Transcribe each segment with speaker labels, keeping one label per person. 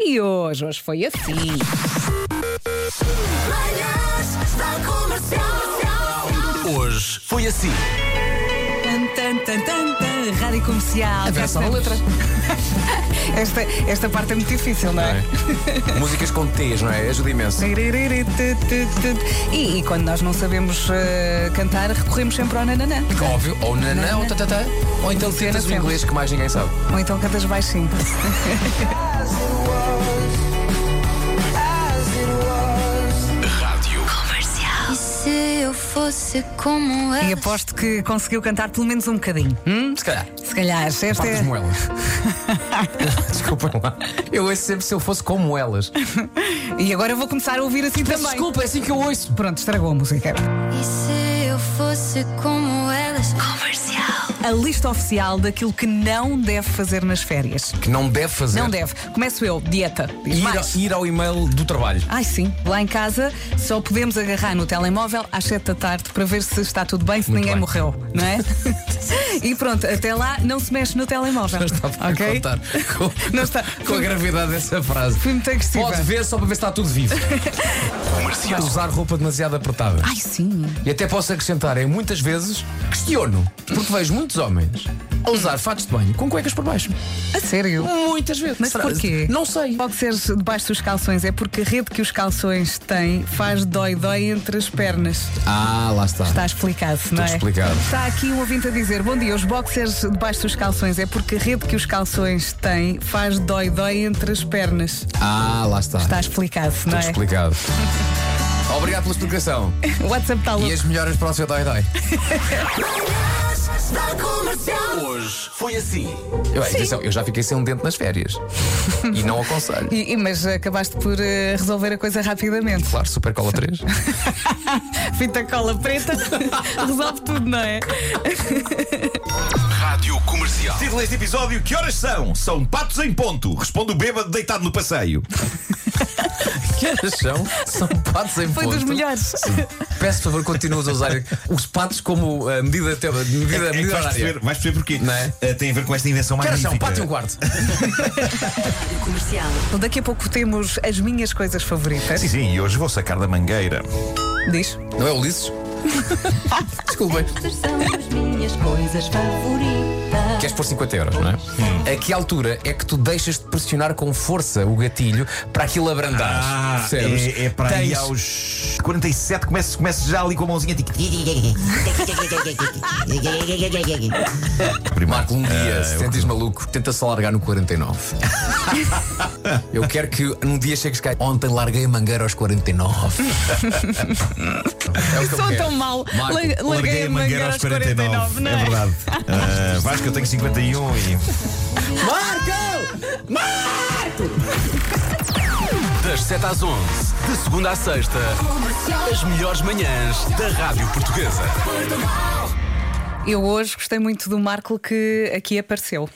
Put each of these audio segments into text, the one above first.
Speaker 1: E hoje, hoje foi assim.
Speaker 2: Manhãs da comercial.
Speaker 3: Hoje foi assim.
Speaker 4: Tan, tan, tan, tan, tan, Rádio Comercial.
Speaker 1: Agora só uma letra.
Speaker 4: Esta, esta parte é muito difícil, não é?
Speaker 3: Músicas com T's, não é? Ajuda imenso.
Speaker 4: E, e quando nós não sabemos eh, cantar, recorremos sempre ao nananã.
Speaker 3: Óbvio, ou nanã, ou tatatá. Ou então
Speaker 4: Funciona
Speaker 3: tentas o
Speaker 4: sempre.
Speaker 3: inglês que mais ninguém sabe.
Speaker 4: Ou então cantas baixinho.
Speaker 2: E se eu fosse como
Speaker 4: E
Speaker 2: ela?
Speaker 4: aposto que conseguiu cantar pelo menos um bocadinho. Hum?
Speaker 3: Se calhar.
Speaker 4: Se calhar, esta
Speaker 3: Parte das
Speaker 4: é.
Speaker 3: moelas. Desculpem lá. Eu ouço sempre se eu fosse como elas.
Speaker 4: E agora eu vou começar a ouvir assim
Speaker 3: Peço
Speaker 4: também.
Speaker 3: desculpa, é assim que eu ouço.
Speaker 4: Pronto, estragou a música.
Speaker 2: E se eu fosse como elas? Comercial.
Speaker 4: A lista oficial daquilo que não deve fazer nas férias.
Speaker 3: Que não deve fazer.
Speaker 4: Não deve. Começo eu, dieta. Diz
Speaker 3: Ir,
Speaker 4: mais.
Speaker 3: ir ao e-mail do trabalho.
Speaker 4: Ai sim, lá em casa só podemos agarrar no telemóvel às 7 da tarde para ver se está tudo bem, se
Speaker 3: Muito
Speaker 4: ninguém
Speaker 3: bem.
Speaker 4: morreu, não é? e pronto, até lá não se mexe no telemóvel.
Speaker 3: Não estava a
Speaker 4: ok?
Speaker 3: contar com,
Speaker 4: Não está.
Speaker 3: com a gravidade dessa frase.
Speaker 4: Fui muito agressiva.
Speaker 3: Pode ver só para ver se está tudo vivo. Comercial. Usar roupa demasiado apertada.
Speaker 4: Ai sim.
Speaker 3: E até posso acrescentar, é muitas vezes questiono, porque vejo muitos homens a usar fatos de banho com cuecas por baixo.
Speaker 4: A sério?
Speaker 3: Muitas vezes.
Speaker 4: Mas
Speaker 3: Será-
Speaker 4: porquê?
Speaker 3: Não sei.
Speaker 4: Pode ser debaixo dos calções, é porque a rede que os calções têm faz dói-dói entre as pernas.
Speaker 3: Ah, lá está.
Speaker 4: Está explicado, não é?
Speaker 3: explicado.
Speaker 4: Está aqui um ouvinte a dizer: Bom dia, os boxers debaixo dos calções é porque a rede que os calções têm faz dói-dói entre as pernas.
Speaker 3: Ah, lá está.
Speaker 4: Está explicado, não é?
Speaker 3: explicado. Obrigado pela explicação.
Speaker 4: O WhatsApp está louco.
Speaker 3: E as melhoras para o seu dói dói.
Speaker 2: Manhãs da comercial.
Speaker 5: Hoje foi assim.
Speaker 3: Eu, atenção, eu já fiquei sem um dente nas férias. e não aconselho.
Speaker 4: E- e- mas acabaste por eh, resolver a coisa rapidamente.
Speaker 3: Claro, super cola 3.
Speaker 4: Fita cola preta resolve tudo, não é?
Speaker 5: Rádio Comercial. Título deste episódio: Que horas são? São patos em ponto. Responde o bêbado deitado no passeio.
Speaker 3: que horas são? São patos em
Speaker 4: Foi
Speaker 3: ponto.
Speaker 4: dos melhores.
Speaker 3: Peço, por favor, continuas a usar os patos como eh, medida, te- medida,
Speaker 5: É que
Speaker 3: medida
Speaker 5: vais,
Speaker 3: horária.
Speaker 5: perceber, vais perceber porquê.
Speaker 3: Não é?
Speaker 5: Eh, tem a ver com esta invenção
Speaker 3: Que horas são?
Speaker 5: magnífica.
Speaker 3: Pato e um quarto.
Speaker 4: Daqui a pouco temos as minhas coisas favoritas.
Speaker 5: Eh, Sim, sim, e hoje vou sacar da mangueira.
Speaker 4: Diz.
Speaker 3: Não é Ulisses? Desculpem.
Speaker 6: são as minhas coisas favoritas.
Speaker 3: Queres por 50 euros, não é?
Speaker 5: Hum.
Speaker 3: A que altura é que tu deixas de pressionar com força o gatilho para aquilo abrandar? Percebes?
Speaker 5: é, é para aí
Speaker 3: Ah, Tens-
Speaker 5: aos 47, começo, começo já ali com a mãozinha. tic- Primeiro.
Speaker 3: Marco, um dia,
Speaker 5: Ah,
Speaker 3: se
Speaker 5: eu-
Speaker 3: sentes maluco, tenta só largar no 49. eu quero que num dia chegues cá. Ontem larguei a mangueira aos 49. é o que eu
Speaker 4: Sou
Speaker 3: quero.
Speaker 4: tão mal.
Speaker 3: Marco,
Speaker 5: Larguei a mangueira aos 49,
Speaker 4: não
Speaker 5: é
Speaker 4: é?
Speaker 5: verdade. Ah, Vasco, eu tenho 51 e.
Speaker 7: Das 7 às 11, de segunda à sexta, as melhores manhãs da Rádio Portuguesa.
Speaker 4: Eu hoje gostei muito do Marco que aqui apareceu.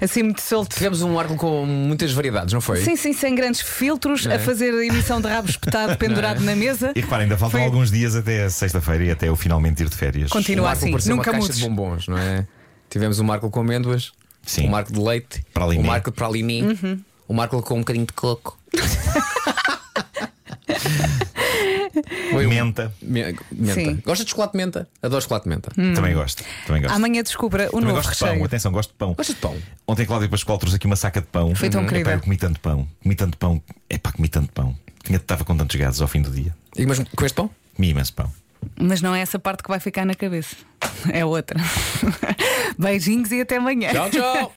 Speaker 4: Assim muito solto.
Speaker 3: Tivemos um Marco com muitas variedades, não foi?
Speaker 4: Sim, sim, sem grandes filtros,
Speaker 3: Não é?
Speaker 4: a fazer a emissão de rabo espetado pendurado na mesa.
Speaker 5: é? E reparem, ainda faltam
Speaker 4: Foi-
Speaker 5: alguns dias até sexta-feira e até eu finalmente ir de férias.
Speaker 3: O
Speaker 4: Continua
Speaker 3: Marco
Speaker 4: assim,
Speaker 3: pareceu
Speaker 4: nunca
Speaker 3: uma caixa
Speaker 4: mudes.
Speaker 3: de bombons, não é? Tivemos o Marco com amêndoas,
Speaker 5: Sim.
Speaker 3: o Marco de leite,
Speaker 5: Praliné.
Speaker 3: o Marco de praliné,
Speaker 4: Uhum.
Speaker 3: o Marco com um bocadinho de coco. Foi um-
Speaker 5: Menta.
Speaker 3: Me- Menta.
Speaker 4: Sim. Hum.
Speaker 3: Gosta de chocolate de menta? Adoro chocolate de menta.
Speaker 5: Também gosto. Também gosto.
Speaker 4: Amanhã descubra o
Speaker 5: Também
Speaker 4: novo
Speaker 5: gosto de
Speaker 4: recheio.
Speaker 5: pão, atenção, gosto de pão.
Speaker 3: Gosta de pão?
Speaker 5: Ontem a Cláudia Pascoal trouxe aqui uma saca de pão.
Speaker 4: Foi tão
Speaker 5: Epá,
Speaker 4: querida.
Speaker 5: eu comi tanto pão, comi tanto pão, é pá, comi tanto pão. Tinha, estava com tantos gases ao fim do dia.
Speaker 3: E mas com este pão?
Speaker 5: Comi imenso pão.
Speaker 4: Mas não é essa parte que vai ficar na cabeça. É outra. Beijinhos e até amanhã.
Speaker 3: Tchau, tchau!